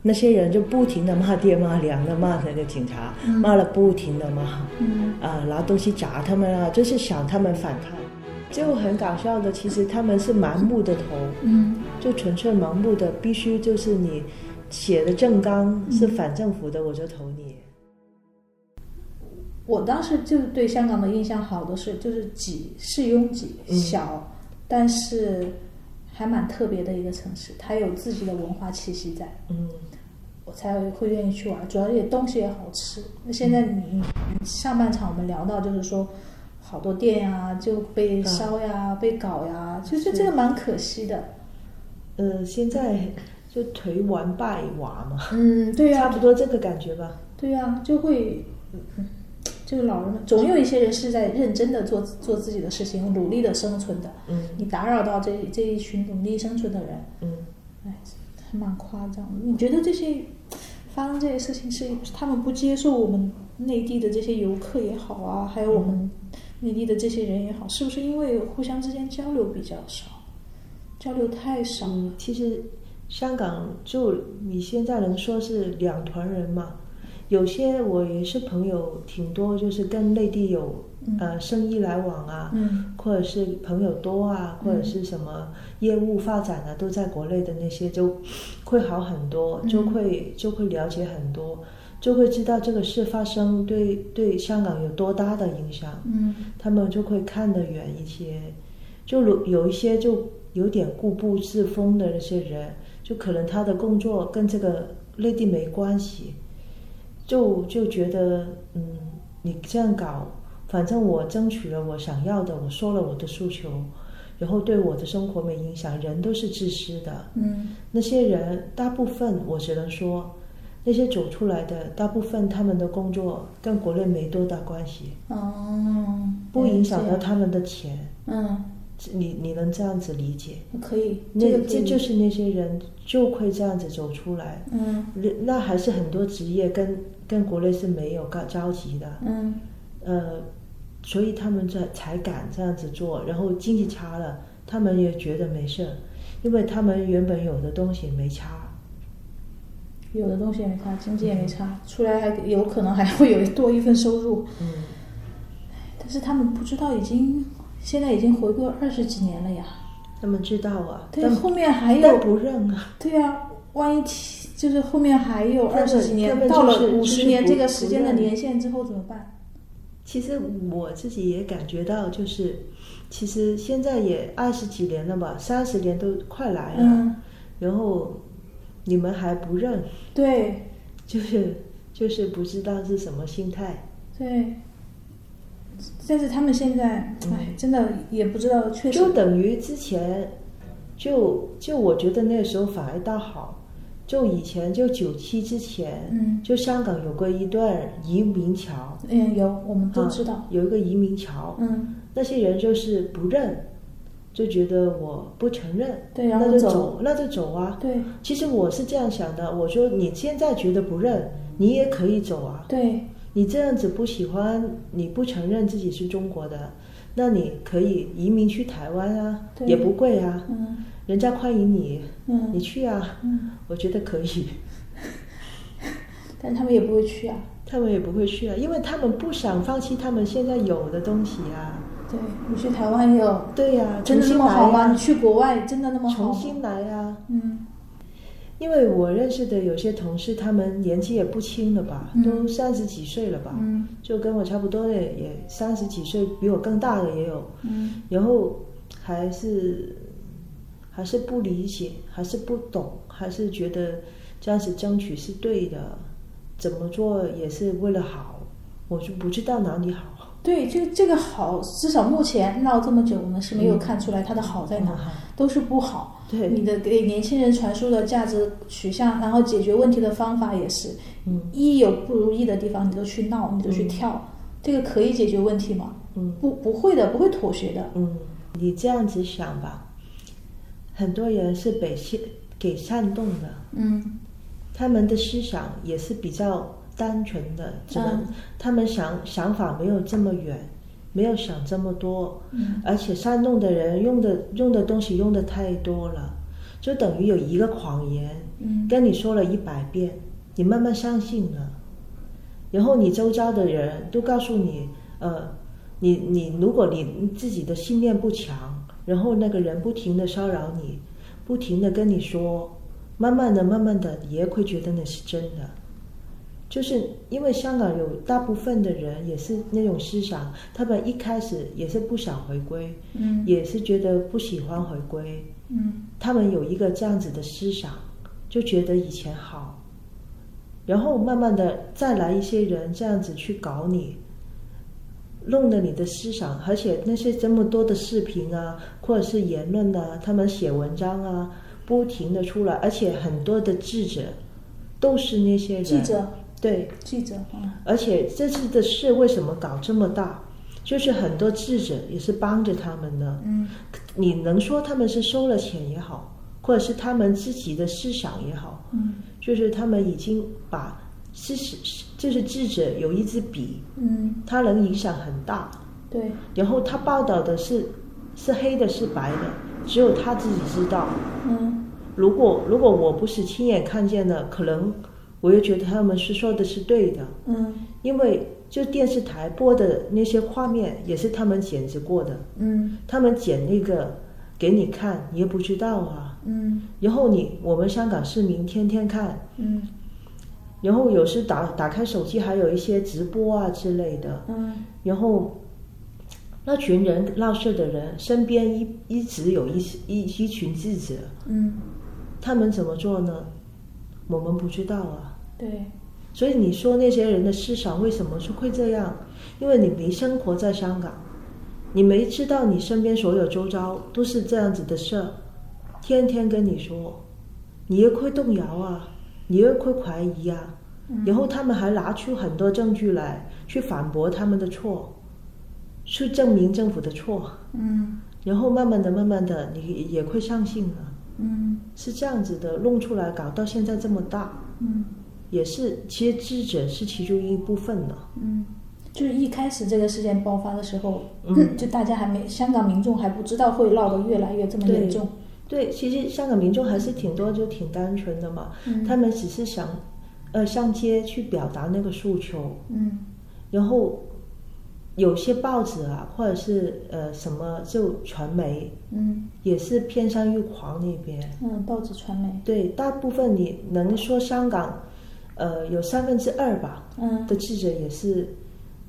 那些人就不停的骂爹骂娘的骂那个警察，骂了不停的骂，嗯啊，拿东西砸他们啊，就是想他们反抗。就很搞笑的，其实他们是盲目的投，嗯就纯粹盲目的，必须就是你写的政纲是反政府的，我就投你。我当时就是对香港的印象好的是，就是挤市拥挤嗯小，但是还蛮特别的一个城市，它有自己的文化气息在，嗯我才会愿意去玩。主要也东西也好吃。那现在你你上半场我们聊到就是说，好多店呀、就被烧呀、被搞呀，其实这个蛮可惜的。呃，现在就颓完败瓦嘛，嗯，对差呀、不多这个感觉吧。对呀、就会，嗯就是老人们总有一些人是在认真的做做自己的事情，努力的生存的。嗯你打扰到这这一群努力生存的人，嗯，哎，还蛮夸张的。你觉得这些发生这些事情是他们不接受我们内地的这些游客也好啊，还有我们内地的这些人也好，是不是因为互相之间交流比较少，交流太少了？嗯，其实香港就你现在能说是两团人嘛，有些我也是朋友挺多，就是跟内地有、嗯呃生意来往啊，嗯或者是朋友多啊，或者是什么业务发展啊，都在国内的那些就会好很多，嗯就会就会了解很多，就会知道这个事发生对对香港有多大的影响。嗯他们就会看得远一些。就有有一些就有点固步自封的那些人，就可能他的工作跟这个内地没关系，就就觉得嗯，你这样搞，反正我争取了我想要的，我说了我的诉求，然后对我的生活没影响，人都是自私的。嗯那些人大部分，我只能说，那些走出来的大部分，他们的工作跟国内没多大关系。哦，不影响到了解。他们的钱，嗯，你你能这样子理解？可以，那这个可这以就是那些人就会这样子走出来，嗯那那还是很多职业跟跟国内是没有高交集的，嗯呃，所以他们才才敢这样子做，然后经济差了，他们也觉得没事儿，因为他们原本有的东西没差，有的东西也没差，经济嗯也没差，出来还有可能还会有多一份收入，嗯，但是他们不知道已经现在已经回归二十几年了呀，他们知道啊，对，但后面还但有，不认啊，对呀、万一提就是后面还有他们二十几他年，们到就了是五就是十年不这个时间的不认年限之后怎么办？其实我自己也感觉到，就是其实现在也二十几年了吧，三十年都快来了，嗯，然后你们还不认，对就是 就是不知道是什么心态。对，但是他们现在，哎，真的也不知道，确嗯实就等于之前，就就我觉得那个时候反而倒好，就以前就九七之前，嗯就香港有过一段移民潮，嗯，有，我们都啊知道，有一个移民潮，嗯，那些人就是不认，就觉得我不承认，对然后那就走走，那就走啊。对其实我是这样想的，我说你现在觉得不认，你也可以走啊。对，你这样子不喜欢，你不承认自己是中国的，那你可以移民去台湾啊，对也不贵啊，嗯人家欢迎你，嗯你去啊，嗯，我觉得可以。 但是他们也不会去啊，他们也不会去啊，因为他们不想放弃他们现在有的东西啊。对你去台湾也有，对呀、真重的那新么来好吗？啊你去国外真的那么好重吗？新来啊！嗯因为我认识的有些同事，他们年纪也不轻了吧，嗯都三十几岁了吧，嗯就跟我差不多的，也三十几岁，比我更大的也有，嗯然后还是还是不理解，还是不懂，还是觉得这样子争取是对的，怎么做也是为了好，我就不知道哪里好，对，这这个好，至少目前闹这么久，我们是没有看出来它的好在哪，嗯都是不好。 对你的给年轻人传输的价值取向，然后解决问题的方法也是，嗯一有不如意的地方你都去闹，你都去嗯跳，这个可以解决问题吗？嗯。不，不会的，不会妥协的。嗯，你这样子想吧，很多人是被煽给煽动的，嗯他们的思想也是比较单纯的，只能、嗯他们想想法没有这么远，没有想这么多，嗯而且煽动的人用的用的东西用的太多了，就等于有一个谎言，嗯跟你说了一百遍，你慢慢相信了，然后你周遭的人都告诉你，呃，你你如果你自己的信念不强，然后那个人不停的骚扰你，不停的跟你说，慢慢的慢慢的也会觉得那是真的。就是因为香港有大部分的人也是那种思想，他们一开始也是不想回归，嗯也是觉得不喜欢回归，嗯他们有一个这样子的思想，就觉得以前好，然后慢慢的再来一些人这样子去搞你，弄得你的思想，而且那些这么多的视频啊，或者是言论啊，他们写文章啊，不停的出来，而且很多的智者都是那些人，记者对，记者啊，而且这次的事为什么搞这么大？就是很多智者也是帮着他们的，嗯你能说他们是收了钱也好，或者是他们自己的思想也好，嗯就是他们已经把知识，就是智者有一支笔，嗯，它能影响很大。对，然后他报道的是是黑的，是白的，只有他自己知道。嗯如果如果我不是亲眼看见的，可能我又觉得他们是说的是对的，嗯因为就电视台播的那些画面也是他们剪辑过的，嗯他们剪那个给你看，你也不知道啊。嗯然后你我们香港市民天天看，嗯然后有时打打开手机还有一些直播啊之类的，嗯然后那群人闹事的人身边一一直有一一一群记者，嗯，他们怎么做呢？我们不知道啊。对，所以你说那些人的思想为什么是会这样？因为你没生活在香港，你没知道你身边所有周遭都是这样子的事儿，天天跟你说，你也会动摇啊，你也会怀疑啊。嗯然后他们还拿出很多证据来去反驳他们的错，去证明政府的错，嗯然后慢慢的、慢慢的，你也会相信了、嗯是这样子的，弄出来搞到现在这么大。嗯也是，其实智者是其中一部分的。嗯，就是一开始这个事件爆发的时候，嗯就大家还没香港民众还不知道会闹得越来越这么严重，对，其实香港民众还是挺多，就挺单纯的嘛。嗯他们只是想，呃，上街去表达那个诉求。嗯然后，有些报纸啊，或者是呃什么，就传媒嗯也是偏向于狂那边。嗯，报纸传媒，对，大部分你能说香港，呃，有三分之二吧嗯的记者也是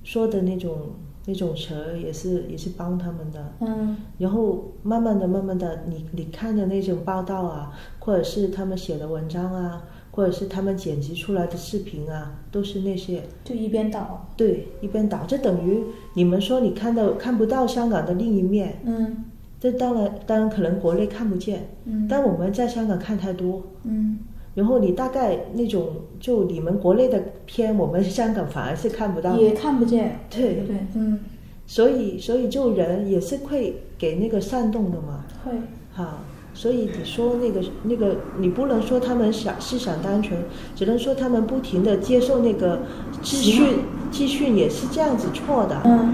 说的那种那种词儿，也是也是帮他们的。嗯然后慢慢的、慢慢的，你你看的那种报道啊，或者是他们写的文章啊，或者是他们剪辑出来的视频啊，都是那些就一边倒，对一边倒。这等于你们说你看到看不到香港的另一面，嗯这当然当然可能国内看不见，嗯，但我们在香港看太多。嗯然后你大概那种就你们国内的片，我们香港反而是看不到的。也看不见，对对，嗯所以所以就人也是会给那个煽动的嘛。会，好，所以你说那个那个，你不能说他们想思想单纯，只能说他们不停的接受那个资洗讯脑，资讯也是这样子错的，嗯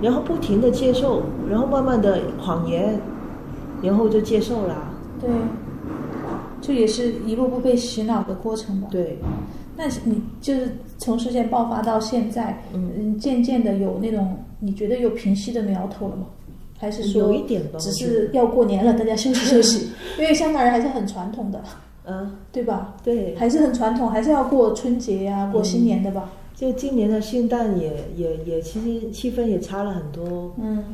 然后不停的接受，然后慢慢的谎言，然后就接受了。对，这也是一步步被洗脑的过程吧，对，那你就是从事件爆发到现在，嗯嗯，渐渐的有那种你觉得有平息的苗头了吗？还是说有一点吧只我觉是得要过年了，大家休息休息， 因为香港人还是很传统的，啊，对吧？对，还是很传统，还是要过春节呀、过新年的吧。就今年的圣诞也也也，其实气氛也差了很多，嗯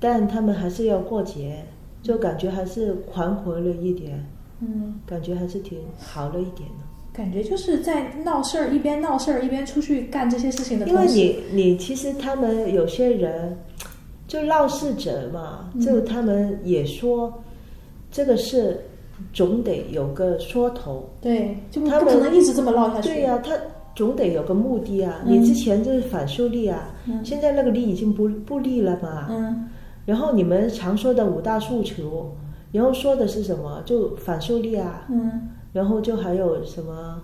但他们还是要过节，就感觉还是还回了一点，嗯，感觉还是挺好了一点的。感觉就是在闹事儿，一边闹事儿一边出去干这些事情的因为同时，你你其实他们有些人就闹事者嘛，嗯就他们也说这个事总得有个说头，对，就不他不们可能一直这么闹下去。对呀、他总得有个目的啊。嗯你之前就是反树立啊，嗯现在那个立已经不不立了嘛。嗯然后你们常说的五大诉求，然后说的是什么？就反树立啊，嗯然后就还有什么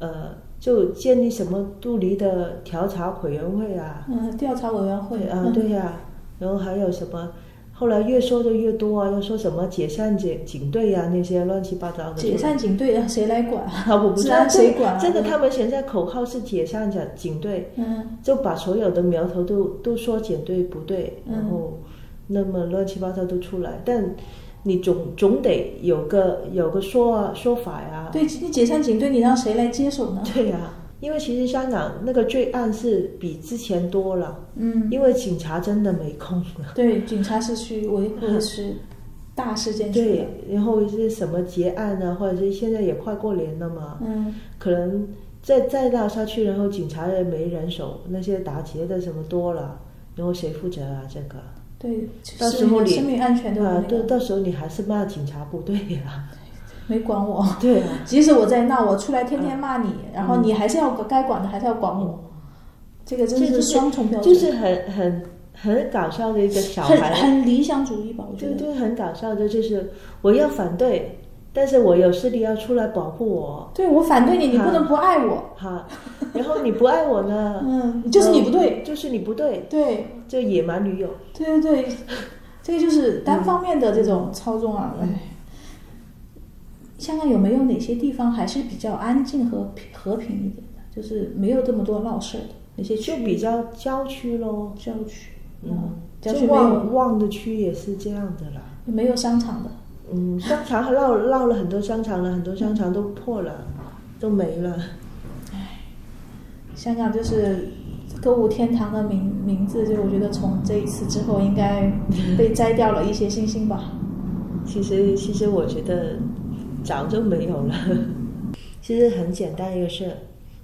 呃，就建立什么杜黎的调查委员会啊。嗯，调查委员会对啊，嗯对呀、然后还有什么？后来越说的越多啊，又说什么解散警警队呀、那些乱七八糟的。解散警队让谁来管啊， 我不知治道安谁管啊这个他们现在口号是解散警警队，嗯就把所有的苗头都都说警队不对，嗯然后那么乱七八糟都出来，但你总总得有个有个说啊说法呀、对你解散警队，你让谁来接手呢？对呀、因为其实香港那个罪案是比之前多了，嗯，因为警察真的没空了。对，警察是去维维持大事件去对的。，然后是什么结案啊，或者是现在也快过年了嘛，嗯，可能再再闹下去，然后警察也没人手，那些打劫的什么多了，然后谁负责啊？这个对，到是时候你的你生命安全都啊，没对，有，到时候你还是骂警察部队呀、没管我。对啊，即使我在闹，我出来天天骂你，然后你还是要该管的还是要管我，这个真的这就是双重标准，就是很很很搞笑的一个小很孩，啊很理想主义吧，我觉对得。对，很搞笑的，就是我要反对，但是我有势力要出来保护我，对我反嗯对你，你不能不爱我，哈，然后你不爱我呢，嗯， 就是你不对，嗯，就是你不对，对就野蛮女友。对对对，这个就是单方面的这种操纵啊，嗯哎。香港有没有哪些地方还是比较安静和平和平一点的？就是没有这么多闹事儿的哪些区就域？比较郊区咯，郊区，嗯，郊就区没旺有旺的区也是这样的啦。没有商场的，嗯，商场还闹闹了很多商场了，很多商场都破了，都没了。香港就是歌舞天堂的名名字，就我觉得从这一次之后，应该被摘掉了一些星星吧。其实，其实我觉得早就没有了。 其实很简单一个事，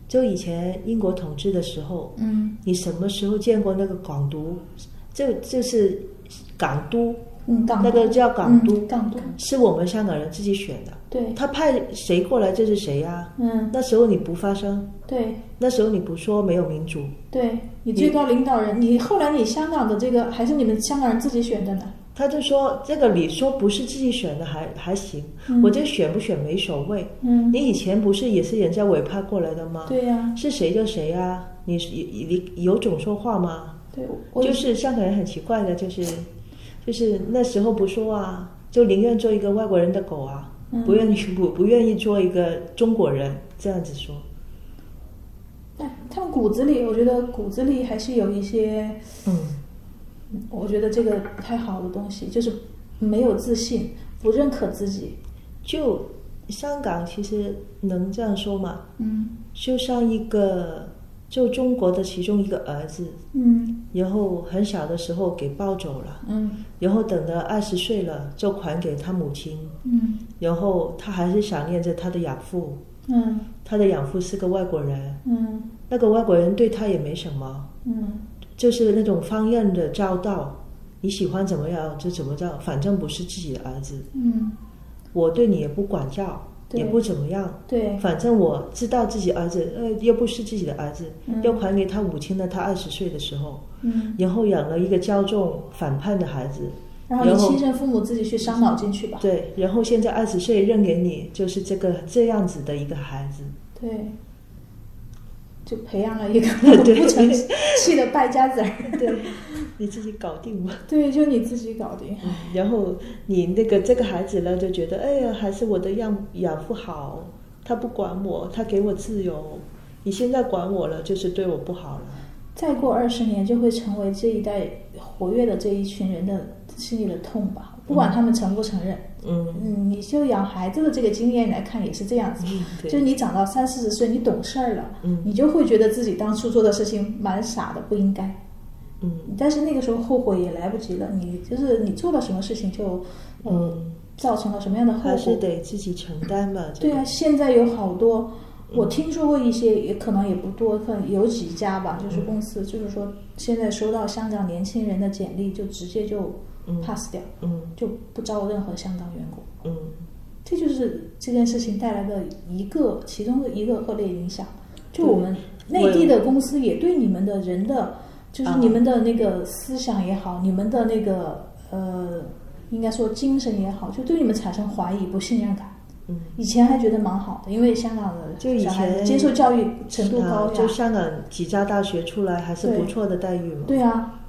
就以前英国统治的时候，嗯你什么时候见过那个港独？就就是港都，嗯，港那个叫港都嗯港都，是我们香港人自己选的，对，他派谁过来就是谁啊呀、嗯那时候你不发声，对那时候你不说没有民主，对，你最高领导人，你后来你香港的这个还是你们香港人自己选的呢？他就说这个你说不是自己选的还还行，嗯我这选不选没所谓。嗯你，以前不是也是人家委派过来的吗？对呀、是谁就谁啊，你你你有种说话吗？对，我就是香港人很奇怪的，就是就是那时候不说啊，就宁愿做一个外国人的狗啊，嗯不愿意不不愿意做一个中国人这样子说。哎他们骨子里，我觉得骨子里还是有一些，嗯，我觉得这个不太好的东西，就是没有自信，不认可自己。就香港其实能这样说吗？嗯就像一个就中国的其中一个儿子，嗯然后很小的时候给抱走了，嗯然后等到二十岁了就还给他母亲，嗯然后他还是想念着他的养父，嗯他的养父是个外国人，嗯那个外国人对他也没什么，嗯。就是那种放任的教导，你喜欢怎么样就怎么样，反正不是自己的儿子，嗯，我对你也不管教，对也不怎么样，对，反正我知道自己儿子，呃，又不是自己的儿子，嗯要还给他母亲的。他二十岁的时候，嗯，然后养了一个骄纵反叛的孩子，然后然你后亲生父母自己去伤脑筋去吧。对，然后现在二十岁认给你，就是这个这样子的一个孩子，对，就培养了一个 对不成器的败家子儿。 对，你自己搞定吧。对，就你自己搞定。然后你那个这个孩子呢，就觉得哎呀，还是我的养养父好，他不管我，他给我自由，你现在管我了，就是对我不好了。再过二十年，就会成为这一代活跃的这一群人的心里的痛吧，不管他们承不承认。嗯，嗯，你就养孩子的这个经验来看，也是这样子。对就是你长到三四十岁，你懂事儿了，嗯你就会觉得自己当初做的事情蛮傻的，不应该。嗯但是那个时候后悔也来不及了，你就是你做了什么事情就，呃，嗯，造成了什么样的后还是果？得自己承担吧。这对个嗯啊，现在有好多，我听说过一些，也可能也不多，可能有几家吧，就是公司，就是说现在收到香港年轻人的简历就直接就嗯 pass 掉，嗯就不招任何香港员工。嗯，这就是这件事情带来的一个其中的一个恶劣影响。就我们内地的公司也对你们的人的，就是你们的那个思想也好，你们的那个呃，应该说精神也好，就对你们产生怀疑、不信任感。嗯，以前还觉得蛮好的，因为香港的就以小孩子前接受教育程度啊高呀，就香港几家大学出来还是对不错的待遇嘛。对啊，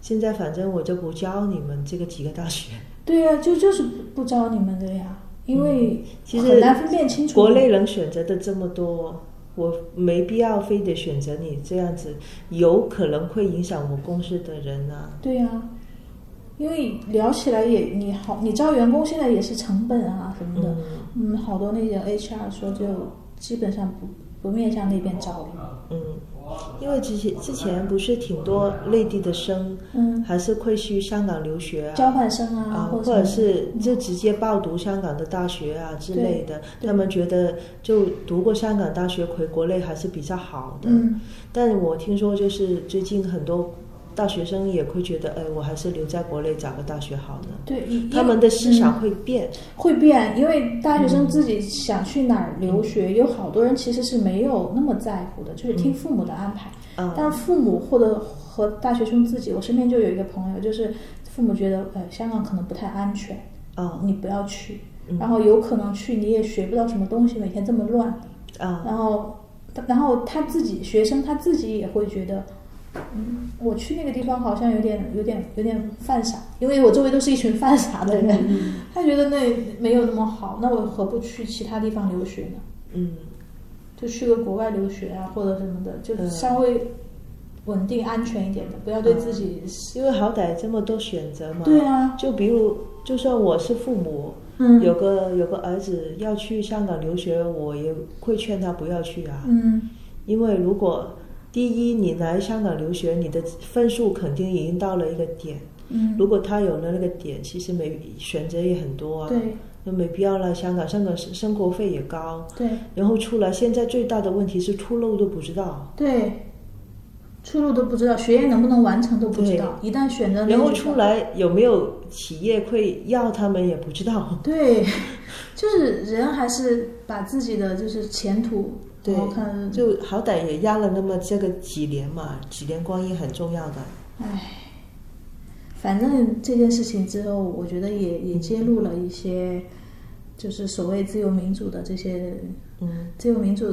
现在反正我就不教你们这个几个大 学，对呀、就就是不不招你们的呀，因为嗯其很实难分辨清楚。国内能选择的这么多，我没必要非得选择你这样子，有可能会影响我公司的人啊。对呀、因为聊起来也你好，你招员工现在也是成本啊什么的，嗯好多那些 HR 说就基本上不不面向那边招了，嗯，因为之前之前不是挺多内地的生，嗯，还是会去香港留学啊。交换生啊，啊，或或者什么是就直接报读香港的大学啊之类的，对他们觉得就读过香港大学回国内还是比较好的。嗯，但我听说就是最近很多大学生也会觉得，哎，我还是留在国内找个大学好呢。对，嗯因他们的思想会变，会变，因为大学嗯生自己想去哪儿留学，有好多人其实是没有那么在乎的，就是听父母的安排。嗯但父母或者和大学生自己，我身边就有一个朋友，就是父母觉得，呃，香港可能不太安全，啊你不要去，嗯然后有可能去你也学不到什么东西，每天这么乱，啊，然后，然后他自己学生他自己也会觉得，嗯，我去那个地方好像有点有点有点犯傻，因为我周围都是一群犯傻的人，嗯他觉得那没有那么好，那我何不去其他地方留学呢？嗯，就去个国外留学啊，或者什么的，就嗯稍微稳定安全一点的，不要对自己因为好歹这么多选择嘛。对啊，就比如，就算我是父母，嗯有个有个儿子要去香港留学，我也会劝他不要去啊。嗯因为如果第一你来香港留学，你的分数肯定已经到了一个点。嗯，如果他有了那个点，其实没选择也很多啊，对就没必要来香港。香港生生活费也高，对然后出来现在最大的问题是出路都不知道，对。出路都不知道，学业能不能完成都不知道。一旦选择了然后就知道出来有没有企业会要他们也不知道。对， 就是人还是把自己的就是前途，对好好看，就好歹也压了那么这个几年嘛，几年光阴很重要的。唉，反正这件事情之后，我觉得也也揭露了一些，就是所谓自由民主的这些，嗯，自由民主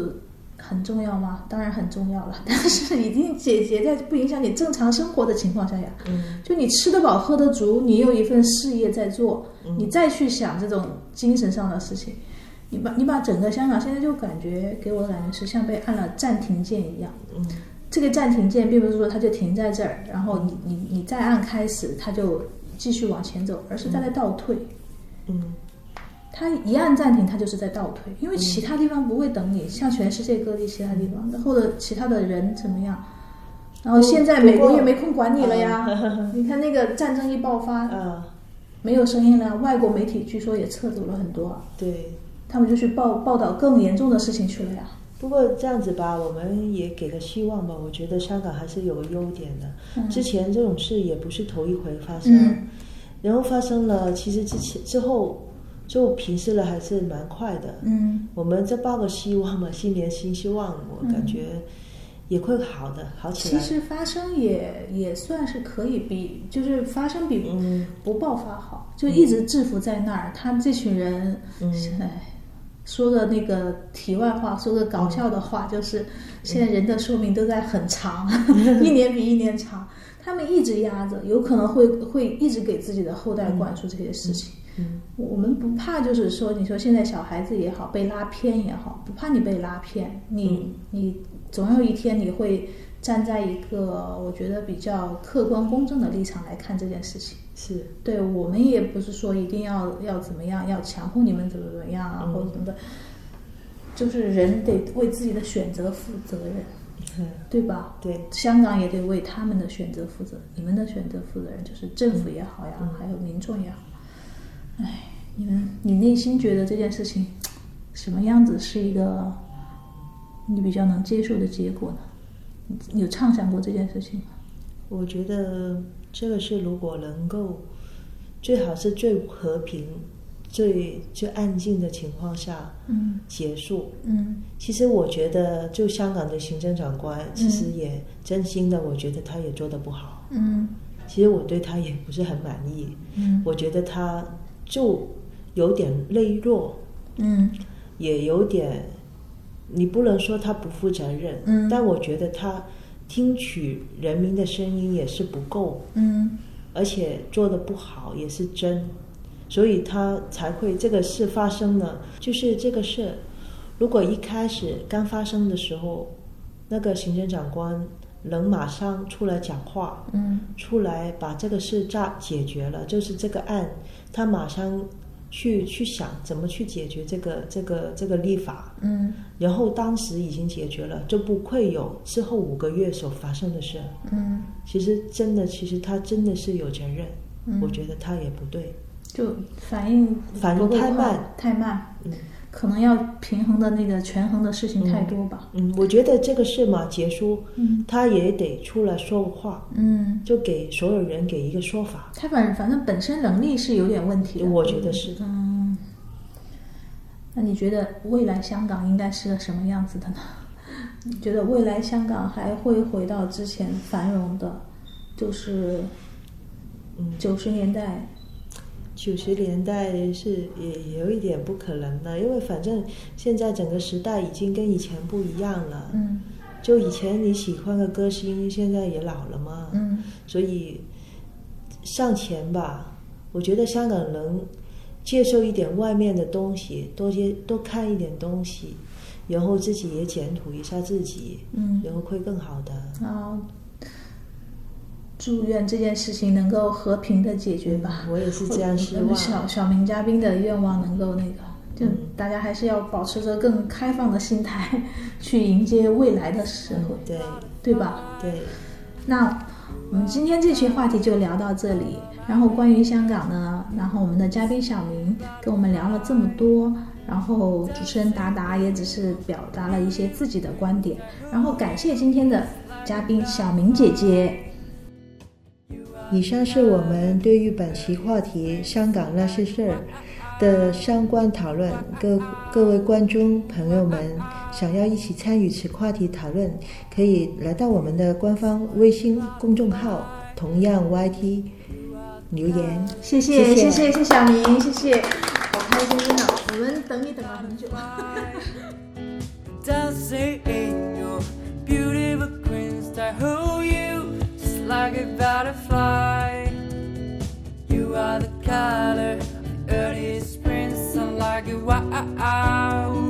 很重要吗？当然很重要了， 但是一定解决在不影响你正常生活的情况下呀。嗯，就你吃得饱喝得足，你有一份事业在做，嗯你再去想这种精神上的事情，你把你把整个香港现在就感觉给我的感觉是像被按了暂停键一样。嗯，这个暂停键并不是说它就停在这儿，然后你你你再按开始，它就继续往前走，而是它在倒退。嗯，它一按暂停，它就是在倒退，因为其他地方不会等你，像全世界各地其他地方或者其他的人怎么样。然后现在不不美国过也没空管你了呀，你看那个战争一爆发，啊，没有声音了。外国媒体据说也撤走了很多，对。他们就去报报道更严重的事情去了呀。不过这样子吧，我们也给个希望吧。我觉得香港还是有个优点的。嗯之前这种事也不是头一回发生，嗯然后发生了，其实之前之后就平息了，还是蛮快的。嗯，我们这抱个希望嘛，新年新希望，我感觉也会好的，好起其来。实发生也也算是可以比，就是发生比嗯不爆发好，就一直制服在那儿。他这群人，嗯哎，说的那个题外话，说个搞笑的嗯话，就是现在人的寿命都在 很长，一年比一年长。他们一直压着，有可能会会一直给自己的后代灌输这些事情。嗯我们不怕，就是说，你说现在小孩子也好，被拉偏也好，不怕你被拉偏，你、你总有一天你会站在一个我觉得比较客观公正的立场来看这件事情。是， 对我们也不是说一定要要怎么样，要强迫你们怎么怎么样啊，嗯或者什么的，就是人得为自己的选择负责任，嗯对吧？对，香港也得为他们的选择负责，你们的选择负责任就是政府也好呀，嗯还有民众也好。哎，你们你内心觉得这件事情什么样子是一个你比较能接受的结果呢？你有畅想过这件事情吗？我觉得这个是如果能够，最好是最和平、最最安静的情况下嗯结束。嗯其实我觉得，就香港的行政长官，其实也真心的，我觉得他也做得不好。嗯其实我对他也不是很满意，嗯我觉得他就有点内弱，嗯也有点，你不能说他不负责任，嗯但我觉得他听取人民的声音也是不够，嗯而且做的不好也是真，所以他才会这个事发生了。就是这个事，如果一开始刚发生的时候，那个行政长官能马上出来讲话，嗯出来把这个事炸解决了，就是这个案，他马上去去想怎么去解决这个这个这个立法，嗯然后当时已经解决了，就不会有之后五个月所发生的事。嗯，其实真的，其实他真的是有责任，嗯我觉得他也不对。就反应反应不够太快慢，太慢，嗯可能要平衡的那个权衡的事情太多吧。嗯，我觉得这个事嘛，结束，嗯他也得出来说话，嗯，就给所有人给一个说法。他反反正本身能力是有点问题的，我觉得是的嗯，那你觉得未来香港应该是个什么样子的呢？ 你觉得未来香港还会回到之前繁荣的，就是嗯，九十年代？九十年代是也有一点不可能了，因为反正现在整个时代已经跟以前不一样了。嗯就以前你喜欢的歌星，现在也老了嘛。嗯所以向前吧，我觉得香港能接受一点外面的东西，多接多看一点东西，然后自己也检讨一下自己，嗯，然后会更好的。然后祝愿这件事情能够和平的解决吧。我也啊是这样希我们小望。小明嘉宾的愿望能够那个，就嗯大家还是要保持着更开放的心态 去迎接未来的社嗯会，，对对吧？对，那我们今天这期话题就聊到这里。然后关于香港呢，然后我们的嘉宾小明跟我们聊了这么多，然后主持人达达也只是表达了一些自己的观点，然后感谢今天的嘉宾小明姐姐。以上是我们对于本期话题“香港那些事儿”的相关讨论。各各位观众朋友们，想要一起参与此话题讨论，可以来到我们的官方微信公众号，同样 YT 留言。谢谢谢谢谢谢谢小明，谢谢，好开心啊！我们等你等了很久。 dancing your beautiful queens that hold you just like a butterfly. You are the color of the early spring sun like a wow.